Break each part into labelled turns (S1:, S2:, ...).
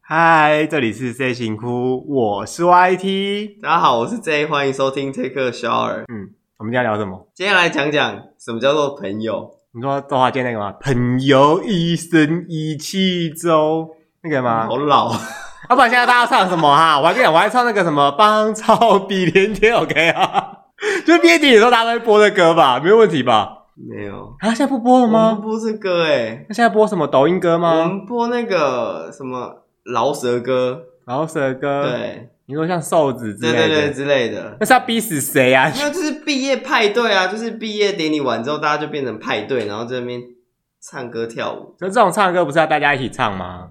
S1: 嗨，这里是 C 型哭，我是 YT。
S2: 大家好，我是 J，欢迎收听 Take a Shower。
S1: 嗯，我们今天聊什么？
S2: 接下来讲讲什么叫做朋友
S1: 你说周华健那个吗？朋友一生一气周那个吗？
S2: 嗯好老，
S1: 要、不然现在大家唱什么哈、我还跟你讲，我还唱那个什么《帮超比连天》OK 啊？ 就是毕业典礼的时候大家都会播的歌吧，没有问题吧？
S2: 没有？
S1: 啊，现在不播了
S2: 我们
S1: 吗？
S2: 播这个哎、
S1: 那现在播什么抖音歌
S2: 我
S1: 吗？
S2: 们播那个什么饶舌歌，
S1: 然后蛇歌？，
S2: 对
S1: 你说像瘦子之
S2: 对
S1: 类的，
S2: 对对之类的。
S1: 那是要逼死谁啊？
S2: 那就是毕业派对啊，就是毕业典礼完之后，大家就变成派对，然后在那边唱歌跳舞。
S1: 就这种唱歌不是要大家一起唱吗？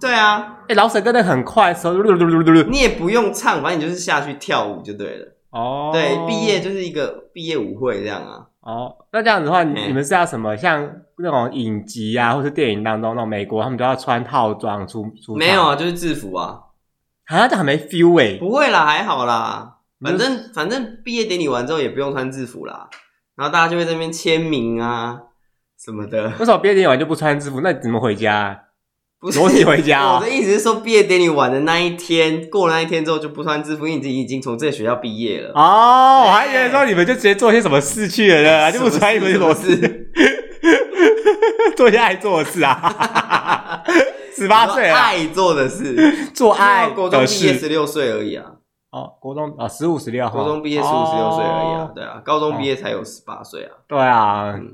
S2: 对啊，
S1: 哎、老舍歌那很快，手 噜噜噜噜噜噜。
S2: 你也不用唱，反正你就是下去跳舞就对了。
S1: 哦，
S2: 对，毕业就是一个毕业舞会这样啊。
S1: 哦。那这样子的话，你
S2: 嗯
S1: 你们是要什么？像那种影集啊，或是电影当中那种美国，他们都要穿套装出出场。
S2: 没有啊，就是制服啊。
S1: 啊，这很没 feel 哎、
S2: 不会啦，还好啦，
S1: 你就
S2: 反正反正毕业典礼完之后也不用穿制服啦，然后大家就会在那边签名啊什么的。
S1: 为什么毕业典礼完就不穿制服？那你怎么回家啊？
S2: 不是
S1: 裸体回家、
S2: 我
S1: 啊
S2: 的？意思是说，毕业典礼完的那一天，过了那一天之后就不穿制服，因为你已经从这个学校毕业了。
S1: 哦，我还以为说你们就直接做些什么事去了啊呢，就不穿衣服
S2: 什
S1: 就
S2: 么
S1: 裸
S2: 事
S1: 视，做一些爱做的事啊。十八岁啊，
S2: 爱做的事，
S1: 做爱
S2: 国中
S1: 的
S2: 毕业
S1: 事
S2: 十六岁而已啊，
S1: 哦，国中哦，十五十六，
S2: 国中毕业十五十六岁而已啊
S1: 哦，
S2: 对啊，高中毕业才有十八岁啊。
S1: 对啊，
S2: 嗯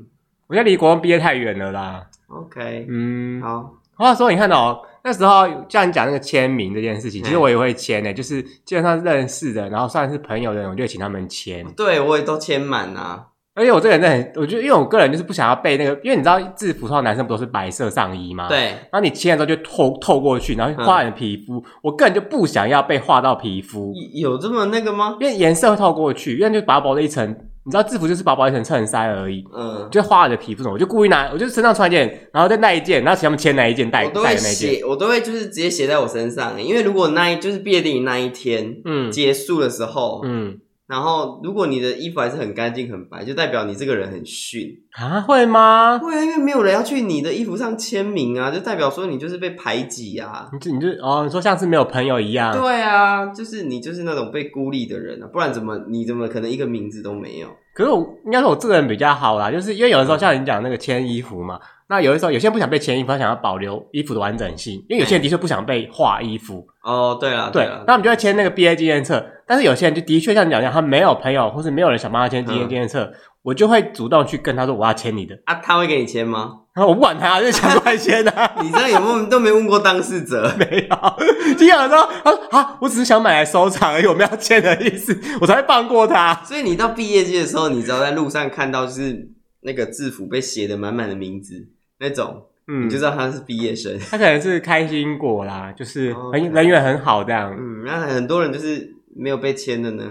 S1: 我觉得离国中毕业太远了啦。
S2: ，OK，
S1: 嗯，
S2: 好，
S1: 话说你看哦，那时候像你讲那个签名这件事情，其实
S2: 嗯
S1: 我也会签诶、就是基本上认识的，然后算是朋友的人，我就会请他们签。
S2: 对我也都签满啊，
S1: 而且我这个人真的很，我觉得因为我个人就是不想要被那个，因为你知道制服通常男生不都是白色上衣吗？。
S2: 对，
S1: 然后你签的时候就透透过去，然后画你的皮肤，
S2: 嗯
S1: 我个人就不想要被画到皮肤，
S2: 有有这么那个吗？
S1: 因为颜色会透过去，因为就薄薄的一层，你知道制服就是薄薄一层衬衫而已，
S2: 嗯，
S1: 就画我的皮肤什么，我就故意拿，我就身上穿一件，然后再那一件，然后请他们签那一件带
S2: 我都
S1: 带
S2: 会
S1: 的那一件，
S2: 写，我都会就是直接写在我身上，欸因为如果那一就是毕业典礼那一天、
S1: 嗯
S2: 结束的时候，
S1: 嗯
S2: 然后如果你的衣服还是很干净很白，就代表你这个人很逊。
S1: 啊会吗？
S2: 会啊，因为没有人要去你的衣服上签名啊，就代表说你就是被排挤啊。
S1: 你就你就哦，你说像是没有朋友一样，
S2: 对啊，就是你就是那种被孤立的人啊，不然怎么你怎么可能一个名字都没有？
S1: 可是我应该说我这个人比较好啦，就是因为有的时候像你讲那个签衣服嘛，那有的时候有些人不想被签衣服，他想要保留衣服的完整性，因为有些人的确不想被画衣服，
S2: 哦，对啊，
S1: 对
S2: 啊，，
S1: 那我们就会签那个毕业纪念册。但是有些人就的确像你讲一样，他没有朋友或是没有人想帮他签毕业纪念册，
S2: 嗯
S1: 我就会主动去跟他说我要签你的，
S2: 啊，他会给你签吗？
S1: 然后我不管他，就想过来签啊。
S2: 你这样有没有都没问过当事者？
S1: 没有，就想说他说啊，我只是想买来收藏而已，我没有签的意思，我才会放过他。
S2: 所以你到毕业季的时候，你只要在路上看到就是那个制服被写的满满的名字那种，
S1: 嗯，
S2: 你就知道他是毕业生。
S1: 他可能是开心果啦，就是很、
S2: OK
S1: 人缘很好这样。
S2: 嗯，那很多人就是没有被签的呢，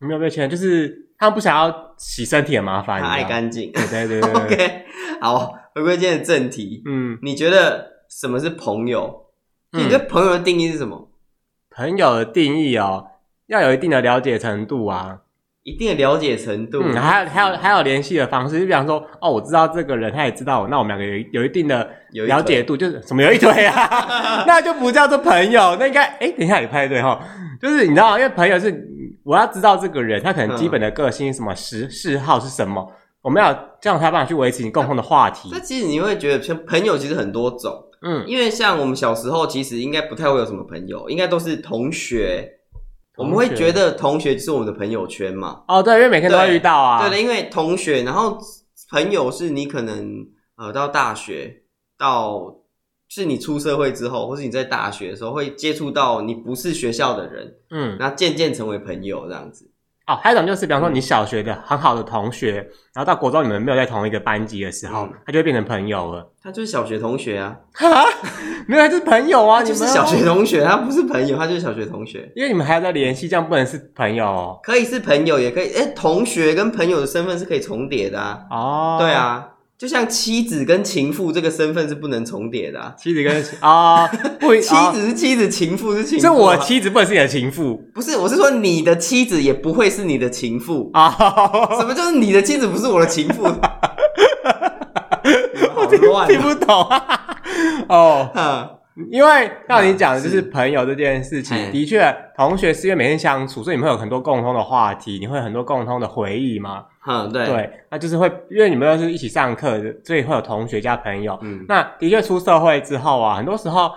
S1: 你没有被签，就是他们不想要洗身体的麻烦，
S2: 他爱
S1: 你知道吗
S2: 干净。
S1: 哎对 啊对对对对
S2: OK，好，回归今天的正题，
S1: 嗯，
S2: 你觉得什么是朋友？
S1: 嗯
S2: 你对朋友的定义是什么？
S1: 朋友的定义哦，要有一定的了解程度啊，
S2: 一定的了解程度，
S1: 嗯，还有还有还有联系的方式，就比方说，哦，我知道这个人，他也知道我，那我们两个有一有一定的
S2: 有一
S1: 了解度，就是什么有一堆 啊，那就不叫做朋友，那应该，哎，等一下你派对哈，就是你知道，因为朋友是我要知道这个人，他
S2: 嗯
S1: 可能基本的个性什么嗜嗜好是什么，我们要这样才有办法去维持你共同的话题
S2: 种。，这其实你会觉得，像朋友其实很多种，
S1: 嗯，
S2: 因为像我们小时候，其实应该不太会有什么朋友，应该都是同学。我们会
S1: 同学
S2: 觉得同学就是我们的朋友圈嘛，
S1: 哦，对，因为每天都会遇到啊，
S2: 对的，因为同学，然后朋友是你可能呃到大学到。是你出社会之后，或是你在大学的时候，会接触到你不是学校的人，
S1: 嗯，
S2: 那渐渐成为朋友这样子。
S1: 哦，还有一种就是，比方说
S2: 嗯
S1: 你小学的很好的同学，然后到国中你们没有在同一个班级的时候，
S2: 嗯
S1: 他就会变成朋友了。
S2: 他就是小学同学啊，
S1: 哈，没有，他就是朋友啊，
S2: 他就
S1: 你
S2: 是
S1: 们
S2: 小学，同学，他不是朋友，他就是小学同学。
S1: 因为你们还要在联系，这样不能是朋友哦。
S2: 可以是朋友，也可以，哎、同学跟朋友的身份是可以重叠的啊。
S1: 哦，
S2: 对，啊，就像妻子跟情妇这个身份是不能重叠的、啊。
S1: 妻子 跟啊、不一，
S2: 妻
S1: 哦
S2: 子是妻子，情妇是情妇、
S1: 所
S2: 啊。
S1: 以我妻子不能是你的情妇
S2: 不是，我是说你的妻子也不会是你的情妇。
S1: 啊。
S2: 什么就是你的妻子不是我的情妇？ 你们好
S1: 我听
S2: 乱
S1: 听不懂啊。哦，
S2: 啊！
S1: 因为像你讲的，就是朋友这件事情，
S2: 嗯
S1: 的确，同学是因为每天相处，所以你们会有很多共通的话题，你会有很多共通的回忆嘛。
S2: 嗯，对，
S1: 对，那就是会，因为你们都是一起上课的，所以会有同学加朋友。
S2: 嗯，
S1: 那的确出社会之后啊，很多时候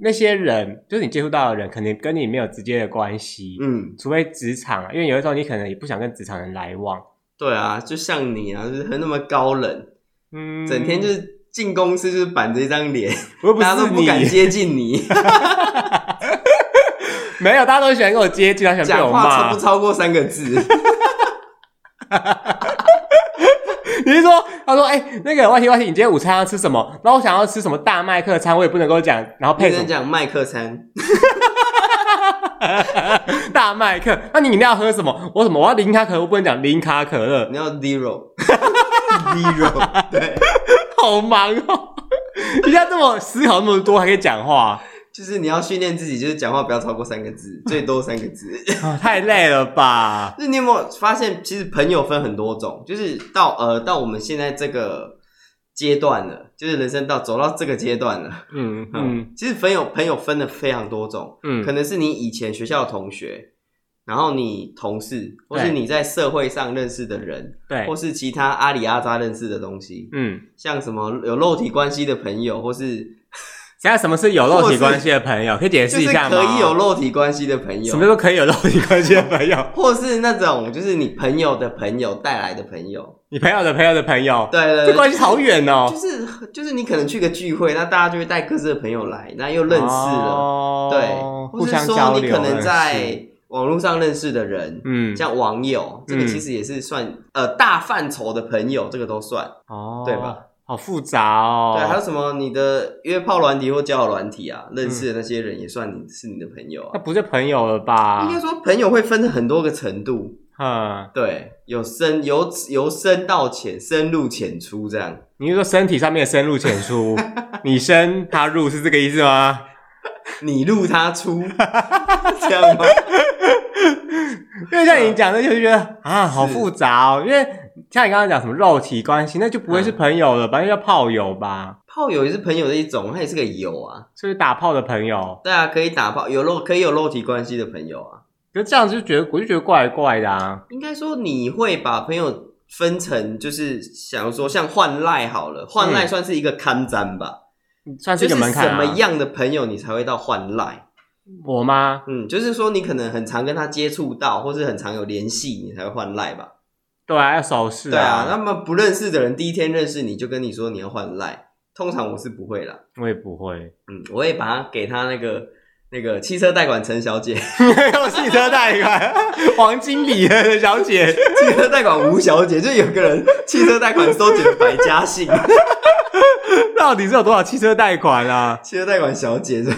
S1: 那些人，就是你接触到的人，可能跟你没有直接的关系，
S2: 嗯，
S1: 除非职场啊，因为有的时候你可能也不想跟职场人来往，
S2: 对啊，就像你啊，就是那么高冷，
S1: 嗯，
S2: 整天就是进公司就是板着一张脸，
S1: 我又不
S2: 大家
S1: 是
S2: 都不
S1: 你，
S2: 敢接近 你，
S1: 没有，大家都喜欢跟我接近，他喜欢被
S2: 讲
S1: 我
S2: 话
S1: 骂
S2: 超不。超过三个字？
S1: 你是说，他说，哎、那个外星外星，你今天午餐要吃什么？然后我想要吃什么大麦克餐，我也不能够讲，然后
S2: 你
S1: 配
S2: 在
S1: 什么
S2: 讲麦克餐，
S1: 大麦克？那你饮料喝什么？我什么？我要零卡可乐，我不能讲零卡可乐。
S2: 你要 zero，zero，对，
S1: 好忙哦！ 一下这么思考那么多，还可以讲话啊
S2: 就是你要训练自己，就是讲话不要超过三个字，最多三个字。
S1: 啊， 太累了吧？
S2: 那你有没有发现，其实朋友分很多种，就是到呃到我们现在这个阶段了，就是人生到走到这个阶段了，
S1: 嗯嗯
S2: 嗯，其实朋友朋友分的非常多种，可
S1: 嗯，
S2: 能是你以前学校的同学，然后你同事，或是
S1: 对
S2: 你在社会上认识的人，
S1: 对
S2: 或，是其他阿里阿扎认识的东西，
S1: 嗯，
S2: 像什么有肉体关系的朋友，或是
S1: 现在什么是有肉体关系的朋友？可以解
S2: 就
S1: 释一
S2: 是
S1: 下吗？
S2: 可以有肉体关系的朋
S1: 什么叫
S2: 友，
S1: 做可以有肉体关系的朋 友？
S2: 或是那种就是你朋友的朋友带来的朋友，
S1: 你朋友的朋友的朋友，
S2: 对对对，
S1: 这关系好远哦
S2: 就，是就是你可能去个聚会，那大家就会带各自的朋友来，那又认识了，
S1: 哦
S2: 对，
S1: 互
S2: 或是
S1: 相
S2: 说
S1: 交流。
S2: 你可能
S1: 认识
S2: 在网络上认识的人，
S1: 嗯，
S2: 像网友，这个
S1: 嗯
S2: 其实也是算、呃大范畴的朋友，这个都算。
S1: 哦，
S2: 对吧？
S1: 好复杂哦，
S2: 对，还有什么你的约炮软体或交友软体啊，
S1: 嗯
S2: 认识的那些人也算你是你的朋友
S1: 那
S2: 啊。
S1: 不是朋友了吧
S2: 应？该说朋友会分很多个程度，
S1: 嗯，
S2: 对，有深由由深到浅，深入浅出这样。
S1: 你是说身体上面的深入浅 出，你深他入是这个意思吗？
S2: 你入他出， 这样吗？
S1: 因为像你讲的，就觉得啊，好复杂哦。因为像你刚刚讲什么肉体关系，那就不会是朋友了吧？应该叫炮友吧？
S2: 炮友也是朋友的一种，他也是个友啊。
S1: 就是打炮的朋友，
S2: 对啊，可以打炮，有肉可以有肉体关系的朋友啊。
S1: 可是这样就觉得我就觉得怪怪的啊。
S2: 应该说你会把朋友分成，就是想说像换赖好了，换赖
S1: 嗯
S2: 算是一个看瞻吧，
S1: 算嗯是
S2: 就
S1: 一个
S2: 是
S1: 门槛、
S2: 什
S1: 啊、
S2: 么样的朋友你才会到换赖？
S1: 我吗？
S2: 嗯，就是说你可能很常跟他接触到，或是很常有联系，你才会换赖吧？
S1: 对啊，要手势
S2: 对啊，那么不认识的人第一天认识你就跟你说你要换赖，通常我是不会啦，
S1: 我也不会。
S2: 嗯，我会把他给他那个那个汽车贷款陈小姐，
S1: 用汽车贷款， 王经理的小姐，
S2: 汽车贷款吴小姐，就有个人汽车贷款收减百家 姓，
S1: 到底是有多少汽车贷款啊？
S2: 汽车贷款小姐是，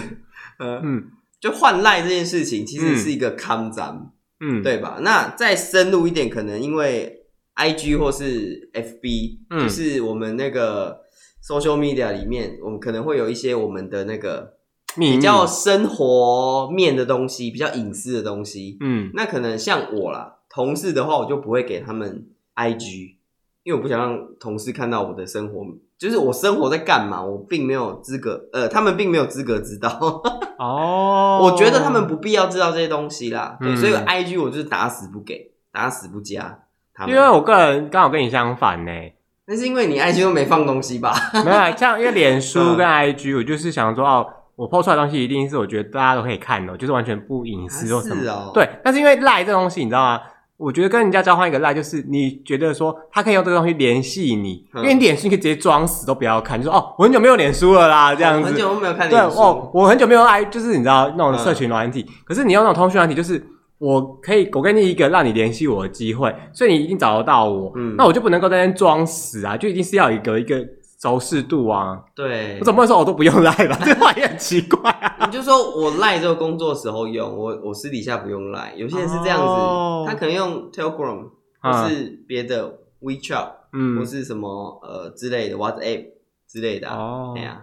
S2: 呃，
S1: 嗯
S2: 就换赖这件事情其实是一个康展，
S1: 嗯，，
S2: 对吧？那再深入一点，可能因为 I G 或是 F B，、
S1: 嗯
S2: 就是我们那个 social media 里面，我们可能会有一些我们的那个
S1: 秘密
S2: 比较生活面的东西，比较隐私的东西。
S1: 嗯
S2: 那可能像我啦，同事的话，我就不会给他们 IG，因为我不想让同事看到我的生活，就是我生活在干嘛，我并没有资格，呃，他们并没有资格知道。
S1: 哦，
S2: 我觉得他们不必要知道这些东西啦，对，
S1: 嗯
S2: 所以 IG 我就是打死不给，打死不加他们，
S1: 因为我个人刚好跟你相反呢、
S2: 那是因为你 IG 都没放东西吧？
S1: 没有啊，像因为脸书
S2: 嗯
S1: 跟 IG，我就是想说哦，我 PO 出来的东西一定是我觉得大家都可以看的，就是完全不隐私或什么。
S2: 是哦，，
S1: 对，但是因为赖这东西，你知道吗？我觉得跟人家交换一个赖，就是你觉得说他可以用这个东西联系你，
S2: 嗯
S1: 因为你脸书你可以直接装死都不要看，就说哦，我很久没有脸书了啦，这样
S2: 很
S1: 子。
S2: 久都没有看你
S1: 对，
S2: 的书
S1: 哦，，我很久没有 I，就是你知道那种
S2: 嗯
S1: 社群软体，可是你用那种通讯软体，就是我可以我给你一个让你联系我的机会，所以你一定找得到我，
S2: 嗯
S1: 那我就不能够在那边装死啊，就一定是要有一个一个熟视度啊，
S2: 对
S1: 我，总不能说我都不用赖吧， 这话也很奇怪啊。
S2: 你就说我赖只有工作时候用，我我私底下不用赖，有些人是这样
S1: 哦
S2: 子，他可能用 Telegram 或是别的 WeChat
S1: 嗯
S2: 或，是什么呃之类的 WhatsApp 之类的啊，
S1: 哦
S2: 对，呀，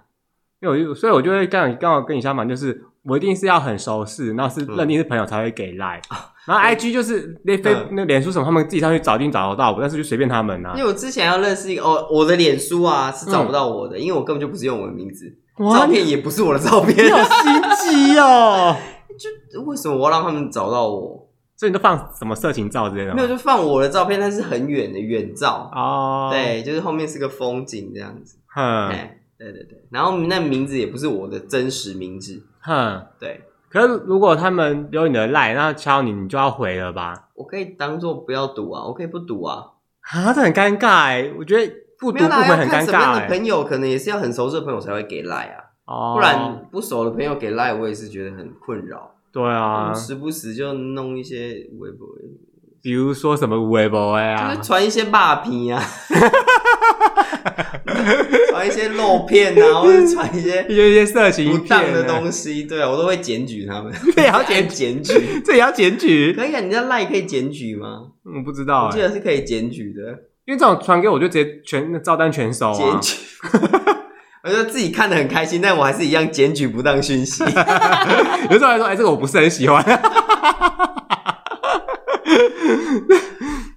S1: 因为我就所以我就会跟你刚好跟你相反，就是我一定是要很熟识，然后是
S2: 嗯哦
S1: 认定是朋友才会给赖，然后 I G 就是那非
S2: 嗯
S1: 那脸书什么，他们自己上去找一定找得到我，但是就随便他们啊
S2: 因。为我之前要认识一个哦，我的脸书啊是找不到我的，因为我根本就不是用我的名字。照
S1: 哇，你
S2: 片也不是我的照
S1: 你
S2: 片，
S1: 好心机哦！
S2: 就为什么我要让他们找到我？
S1: 所以你都放什么色情照之类的
S2: 没有，
S1: 吗？
S2: 就放我的照片，但是很远的远照，
S1: 哦，，
S2: 对，就是后面是个风景这样子。
S1: 哼
S2: 哎，对对对，然后那名字也不是我的真实名字，
S1: 哼。
S2: 对
S1: 可是如果他们留你的赖，然后敲你，你就要回了吧？
S2: 我可以当做不要赌啊，我可以不赌啊。
S1: 啊，这很尴尬哎，我觉得不读
S2: 没有
S1: 不
S2: 啦，
S1: 回
S2: 要
S1: 很
S2: 看
S1: 尴
S2: 什么样
S1: 尬
S2: 的
S1: 哎，
S2: 朋友，可能也是要很熟识的朋友才会给赖啊，
S1: 哦
S2: 不然不熟的朋友给赖，我也是觉得很困扰。
S1: 对啊，
S2: 时不时就弄一些微博，就
S1: 比如说什么微博啊
S2: 是，传一些霸 屏啊，传一些肉片 啊，或者传一些
S1: 一些一些色
S2: 不
S1: 情
S2: 当的
S1: 西，
S2: 东西，对啊，我都会检举他们，
S1: 这啊也要
S2: 检
S1: 检，
S2: 检举。
S1: 这也要检举？
S2: 可以啊，你知道赖可以检举吗？
S1: 我不知道
S2: 我记
S1: 哎，
S2: 得是可以检举的，
S1: 因为这种传给我就直接全那照单全收啊
S2: 检。举。我觉得自己看得很开心，但我还是一样检举不当 讯息。
S1: 有时候还说，哎，这个我不是很喜欢。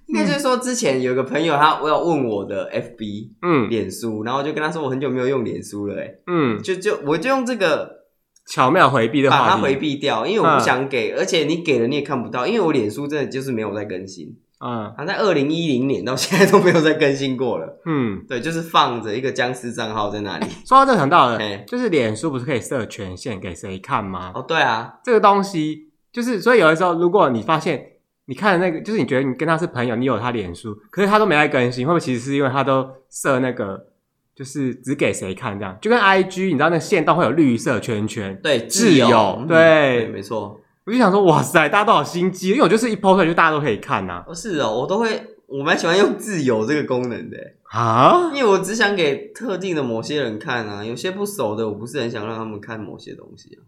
S2: 应该就是说，之前有个朋友他我有问我的 FB
S1: 嗯
S2: 脸书，然后我就跟他说我很久没有用脸书了、欸，
S1: 嗯，
S2: 就就我就用这个
S1: 巧妙回避的
S2: 把
S1: 话
S2: 它
S1: 题，
S2: 回避掉，因为我
S1: 嗯
S2: 不想给，而且你给了你也看不到，因为我脸书真的就是没有在更新，
S1: 嗯
S2: 好像在二零一零年到现在都没有再更新过 了。
S1: 嗯。
S2: 对，就是放着一个僵尸账号在那里。
S1: 说到这想到了，
S2: 嘿
S1: 就是脸书不是可以设权限给谁看吗？
S2: 哦，对啊，
S1: 这个东西就是，所以有的时候，如果你发现你看的那个，就是你觉得你跟他是朋友，你有他脸书，可是他都没在更新，会不会其实是因为他都设那个，就是只给谁看这样？就跟 I G，你知道那个线道会有绿色圈圈，
S2: 对，
S1: 自由
S2: 由，嗯
S1: 对
S2: 没错。
S1: 我就想说，哇塞，大家都好心机，因为我就是一 PO 出来就大家都可以看啊呐、
S2: 哦，是哦，我都会，我蛮喜欢用自由这个功能的，欸
S1: 啊。
S2: 因为我只想给特定的某些人看啊，有些不熟的，我不是很想让他们看某些东西啊。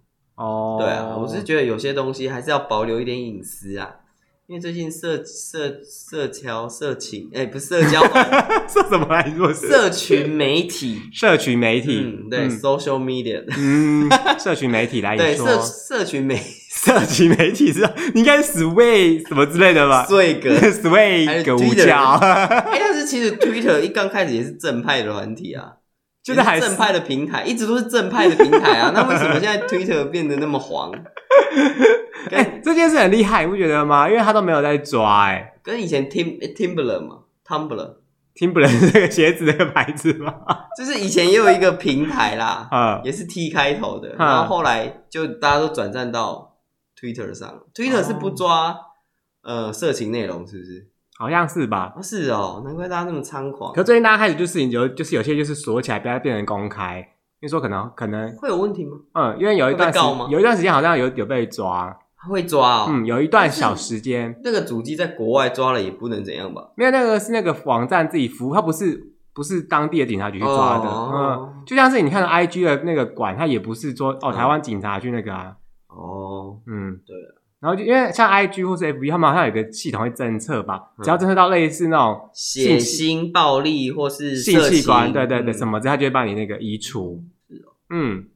S1: 哦，
S2: 对啊，我是觉得有些东西还是要保留一点隐私啊，因为最近社社社交社情，哎、不是社交，
S1: 这怎么来说是
S2: 社群媒体，
S1: 社群媒体？
S2: 嗯，对、s o c i a l media，
S1: 嗯，嗯社群媒体来
S2: 对，
S1: 你说，
S2: 社社群媒
S1: 社群媒体是你应该是 sway 什么之类的吧？哎
S2: 最个还
S1: sway
S2: 是
S1: 个无
S2: Twitter
S1: 教，
S2: 哎、但是其实 Twitter 一刚开始也是正派的软体啊，
S1: 就是还
S2: 也
S1: 是
S2: 是正派的平台，一直都是正派的平台啊。那为什么现在 Twitter 变得那 么黄？
S1: 哎、这件事很厉害，你不觉得吗？因为他都没有在抓、哎
S2: 跟以前 Tim Timberland 嘛，Tumblr，
S1: ，Timberland 这个鞋子这个牌子吗？
S2: 就是以前也有一个平台啦，
S1: 啊，
S2: 也是 T 开头的，
S1: 嗯
S2: 然后后来就大家都转战到 Twitter 上了，Twitter
S1: 哦
S2: 是不抓、呃色情内容是不是？
S1: 好像是吧。
S2: 哦，是哦，难怪大家那么猖狂
S1: 可，最近大家开始就是有，就是有些就是锁起来，不要变成公开。因为说可能可能，
S2: 会有问题吗？
S1: 嗯，因为有一段时
S2: 会被告吗
S1: 有一段时间好像有有被抓，
S2: 会抓哦，
S1: 嗯，有一段小时间，
S2: 那个主机在国外抓了也不能怎样吧？
S1: 没有那个是那个网站自己服务，它不是不是当地的警察局去抓的，嗯。
S2: 哦
S1: 就像是你看到 IG 的那个馆，它也不是说哦台湾警察去那个啊，
S2: 哦，
S1: 嗯，
S2: 对
S1: 然后就因为像 IG 或是 FB，他们好像有个系统会侦测吧，
S2: 嗯
S1: 只要侦测到类似那种
S2: 血
S1: 性
S2: 腥、暴力或是
S1: 性
S2: 色
S1: 器
S2: 情
S1: 官，对对对，
S2: 嗯哦
S1: 什么，它就会帮你那个移除。嗯，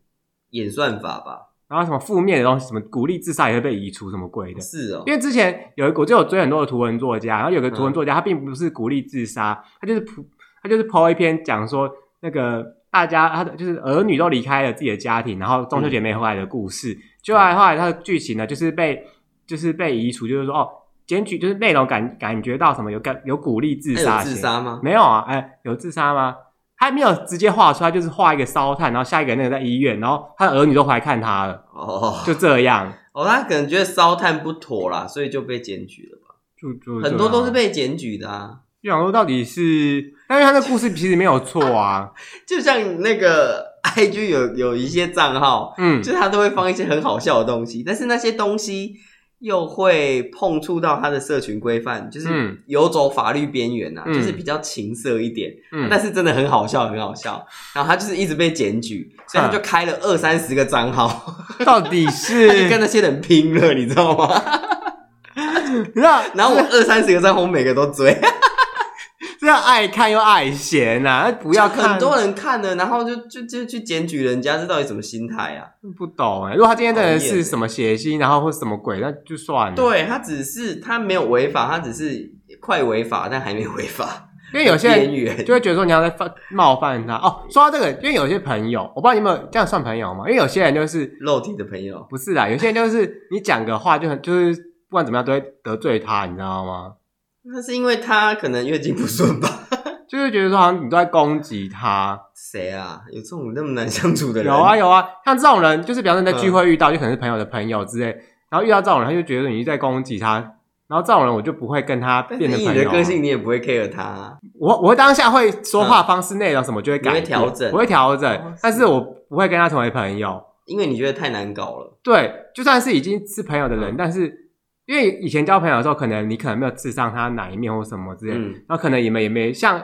S2: 演算法吧？
S1: 然后什么负面的东西，什么鼓励自杀也会被移除，什么鬼的。
S2: 是哦
S1: 因，为之前有一个，我就有追很多的图文作家，然后有个图文
S2: 嗯
S1: 作家，他并不是鼓励自杀，他就是普，他就是 po 一篇讲说那个大家他的就是儿女都离开了自己的家庭，然后中秋
S2: 嗯
S1: 节没回来的故事。就后来后来他的剧情呢，就是被就是被移除，就是说哦，检举就是内容感感觉到什么有感有鼓励自杀
S2: 他哎有
S1: 的
S2: 自
S1: 嫌疑
S2: 杀吗？
S1: 没有啊？哎，有自杀吗？他没有直接画出来，就是画一个烧炭，然后下一个那个在医院，然后他的儿女都回来看他了，
S2: 哦，
S1: 就这样，
S2: 哦，他可能觉得烧炭不妥啦，所以就被检举了吧？
S1: 就就
S2: 很多
S1: 这样
S2: 都是被检举的啊，
S1: 就想说到底是，但是他的故事其实没有错啊，
S2: 就像那个 IG 有有一些账号，
S1: 嗯，
S2: 就他都会放一些很好笑的东西，但是那些东西又会碰触到他的社群规范，就是
S1: 嗯
S2: 游走法律边缘啊，
S1: 嗯
S2: 就是比较情色一点。
S1: 嗯
S2: 但是真的很好笑，很好笑。然后他就是一直被检举，所
S1: 嗯
S2: 以他就开了二三十个账号，
S1: 到底
S2: 他就跟
S1: 是，
S2: 那些人拼了，你知 道吗？
S1: 那
S2: 然后我二三十个账号我每个都追，
S1: 这要爱看又爱闲呐、啊，不
S2: 不
S1: 要看，
S2: 很多人看了，然后就就就去检举人家，这到底什么心态啊？
S1: 不懂哎、如果他今天真的
S2: 讨厌欸
S1: 是什么血腥，然后或什么鬼，那就算了。
S2: 对他只是他没有违法，他只是快违法，但还没违法。
S1: 因为有些
S2: 边
S1: 人
S2: 缘
S1: 就会觉得说你要在犯冒犯他哦。说到这个，因为有些朋友，我不知道你有没有这样算朋友嘛？因为有些人就是
S2: 肉体的朋友，
S1: 不是啦，有些人就是你讲个话就很就是不管怎么样都会得罪他，你知道吗？
S2: 那是因为他可能月经不顺吧？
S1: 就是觉得说好像你都在攻击他。
S2: 谁啊？有这种那么难相处的人？嗯
S1: 有啊，有啊，像这种人，就是比方说你在聚会遇到，就可能是朋友的朋友之类，然后遇到这种人，他就觉得你在攻击他，然后这种人我就不会跟他
S2: 但
S1: 变
S2: 是
S1: 成
S2: 以
S1: 朋
S2: 你
S1: 友
S2: 的
S1: 啊。
S2: 个性，你也不会 care 他啊、
S1: 我我会当下会说话方式、内容什么就会改变，
S2: 你会调整
S1: 我会调
S2: 哦
S1: 整
S2: 是，
S1: 但是我不会跟他成为朋友。
S2: 因为你觉得太难搞了。
S1: 对，就算是已经是朋友的人，
S2: 嗯
S1: 但是因为以前交朋友的时候，可能你可能没有刺伤他哪一面或什么之类的，
S2: 嗯，
S1: 然后可能也没也没像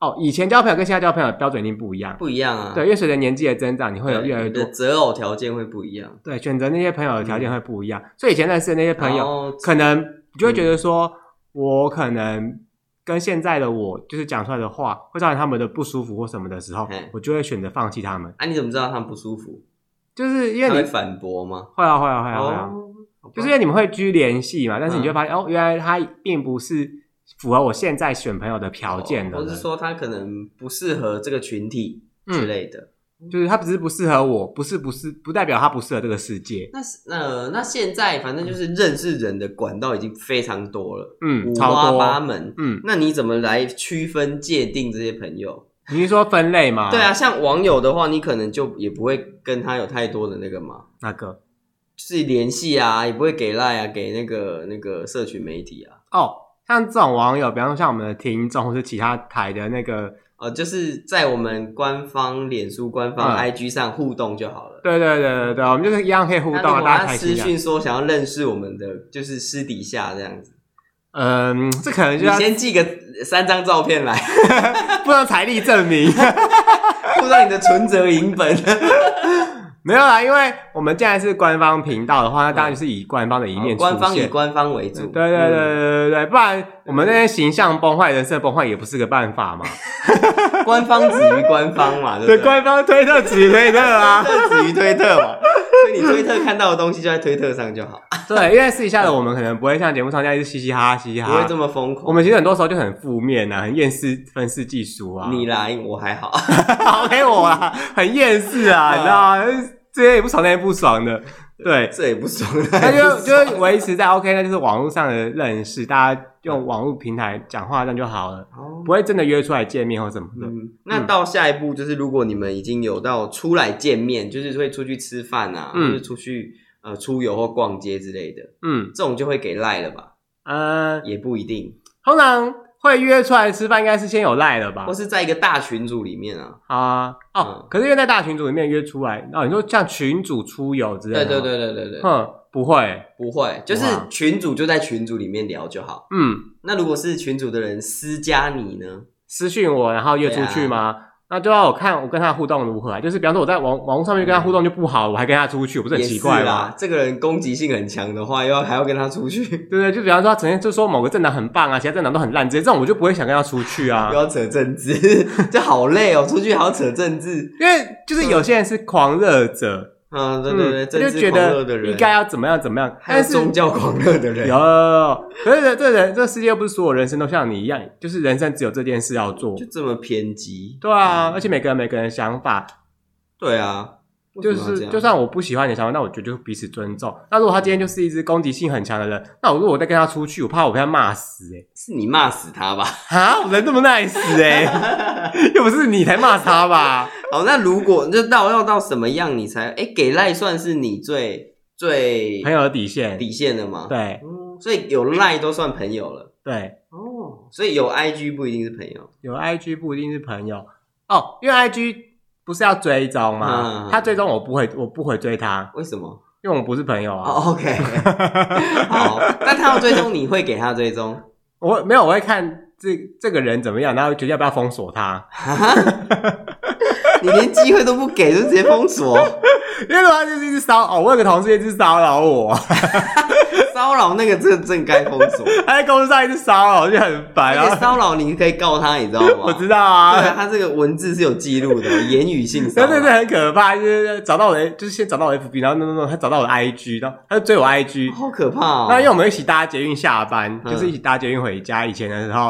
S1: 哦，以前交朋友跟现在交朋友的标准一定不一样。
S2: 不一样啊。
S1: 对，因为随着年纪的增长，你会
S2: 对，
S1: 有越来越
S2: 你的
S1: 多
S2: 择偶条件会不一样。
S1: 对，选择那些朋友的条
S2: 嗯
S1: 件会不一样，所以以前认识的那些朋
S2: 然
S1: 友，
S2: 后
S1: 可能你就会
S2: 嗯
S1: 觉得说，我可能跟现在的我就是讲出来的话，会造成他们的不舒服或什么的时候
S2: 嘿，
S1: 我就会选择放弃他们，
S2: 啊，你怎么知道他们不舒服？
S1: 就是因
S2: 他
S1: 为
S2: 会
S1: 你
S2: 反驳吗？
S1: 会啊会啊会啊会啊，
S2: 呃哦，好吧
S1: 就是因为你们会居联系嘛，但是你就
S2: 嗯
S1: 会发现、哦，原来他并不是符合我现在选朋友的条件的
S2: 哦或是
S1: 人，
S2: 说他可能不适合这个群体之
S1: 嗯，
S2: 类的。
S1: 就是他只是不适合我，不是不是不代表他不适合这个世界，
S2: 那是那那现在反正就是认识人的管道已经非常多了，
S1: 嗯，
S2: 五
S1: 超
S2: 花八
S1: 多，
S2: 门。
S1: 嗯，
S2: 那你怎么来区分界定这些朋友？
S1: 你是说分类吗？
S2: 对啊，，像网友的话，你可能就也不会跟他有太多的那个嘛，
S1: 那个。
S2: 就是联系啊，也不会给赖啊，给那个那个社群媒体啊，
S1: 哦，像这种网友，比方说像我们的听众或是其他台的那个，
S2: 呃，就是在我们官方脸书、官方
S1: 嗯
S2: IG 上互动就好了。
S1: 对对对对对，我们就是一样可以互
S2: 哦那
S1: 动
S2: 如
S1: 啊，
S2: 果
S1: 大家
S2: 他
S1: 开
S2: 私
S1: 心啊。
S2: 讯说想要认识我们的，就是私底下这样子，
S1: 嗯，这可能
S2: 你
S1: 就要
S2: 先寄个三张照片来，
S1: 不能财力证明，
S2: 附上你的存折银本。
S1: 没有啦，因为我们既然是官方频道的话，那当然就是以官方的一面出
S2: 嗯哦官方以
S1: 现。
S2: 官方为
S1: 对
S2: 主。嗯
S1: 对对对对对对，不然我们那些形象崩坏、人设崩坏也不是个办法嘛。
S2: 嗯，官方止于官 方嘛，对
S1: 对，
S2: 不对？
S1: 官方推特只推特 啊。
S2: 止于推特嘛，所以你推特看到的东西就在推特 上就好，
S1: 对，因为私底下的我们可能不会像节目上这样一直嘻嘻哈哈、嘻嘻
S2: 不
S1: 哈
S2: 会这
S1: 哈。
S2: 么疯狂。
S1: 我们其实很多时候就很负面啊，很厌世、愤世嫉俗啊。
S2: 你来，我还好。
S1: 好黑我啊，很厌世啊，你知道吗？这些也不爽，那些不爽的， 对，
S2: 这也不爽，
S1: 那
S2: 那也不
S1: 就
S2: 爽
S1: 就是维持在 OK，那就是网络上的认识，大家用网络平台讲话这样就好了，
S2: 哦
S1: 不会真的约出来见面或什么的。
S2: 嗯，那到下一步就是，如果你们已经有到出来见面，就是会出去吃饭啊，
S1: 嗯
S2: 或是出去呃出游或逛街之类的，
S1: 嗯
S2: 这种就会给赖了吧？
S1: 呃，
S2: 也不一定，
S1: 通常会约出来吃饭，应该是先有赖了吧
S2: 或？是在一个大群组里面啊。
S1: 啊，哦
S2: 嗯，
S1: 可是因为在大群组里面约出来，哦，你说像群主出游之类
S2: 对
S1: 的，
S2: 对，对对对对，
S1: 啊哼，不会，
S2: 不会，就是群主就在群组里面聊就好。
S1: 嗯，
S2: 那如果是群主的人私加你呢？
S1: 私讯我，然后约出
S2: 啊
S1: 去吗？那就要我看我跟他互动如何啊。就是比方说我在网网络上面跟他互动就不好，我还跟他出去，我不是很
S2: 也
S1: 奇
S2: 是
S1: 怪吗？
S2: 啦，这个人攻击性很强的话，又要还要跟他出 去，
S1: 对不对？就比方说他整天就说某个政党很棒啊，其他政党都很烂，直接这种我就不会想跟他出去啊
S2: 又。要扯政治， 这好累哦，出去还要扯政治。
S1: 因为就是有些人是狂热者，
S2: 嗯，对
S1: 嗯，
S2: 对对，
S1: 他就
S2: 政治
S1: 觉
S2: 狂热的
S1: 得
S2: 人，
S1: 应该要怎么样怎么样，
S2: 还
S1: 但
S2: 有
S1: 是
S2: 宗教狂热的人，
S1: 有，可是这人这世界又不是所有人生都像你一样，就是人生只有这件事要做
S2: 就。嗯这么偏激。
S1: 对啊，而且每个人每个人想法，
S2: 对啊，
S1: 就
S2: 为什么要这
S1: 是
S2: 样
S1: 就算我不喜欢你的想法，那我觉得就是彼此尊重。那如果他今天就是一只攻击性很强的人，那我如果我再跟他出去，我怕我被他骂死哎、
S2: 是你骂死他吧。
S1: 欸！啊，我人这么 nice 哎、 欸，又不是你才骂他吧？
S2: 好，哦那如果就到要到什么样你才哎给赖算是你最最
S1: 朋友的底线，
S2: 底线的吗？，
S1: 对
S2: 嗯，所以有赖都算朋友了。
S1: 对，
S2: 哦，所以有 IG 不一定是朋友，
S1: 有 IG 不一定是朋友哦，因为 IG 不是要追踪吗？
S2: 嗯
S1: 他追踪我不会，我不回追他，
S2: 为什么？
S1: 因为我们不是朋友啊。
S2: 哦，OK，好，但他要追踪你会给他追踪，
S1: 我没有，我会看这这个人怎么样，然后决定要不要封锁他。
S2: 你连机会都不给就直接 封锁，
S1: 因为如果他就是一直骚哦，我有个同事一直骚扰我。
S2: 骚扰那个正正该封锁。
S1: 他在公司上一直骚扰，我就很烦。然
S2: 而且
S1: 后
S2: 骚扰你可以告他，你知道吗？
S1: 哎我知道
S2: 对啊，
S1: 啊，
S2: 他这个文字是有记录的，言语性骚
S1: 真
S2: 扰
S1: 的是很可怕，就是找到我的，就是先找到我的 FB，然后弄弄弄，他找到我的 IG，然后他就追我 IG。
S2: 好可怕哦！
S1: 哎那因为我们一起搭捷运下班，
S2: 嗯
S1: 就是一起搭捷运回家。以前的时候，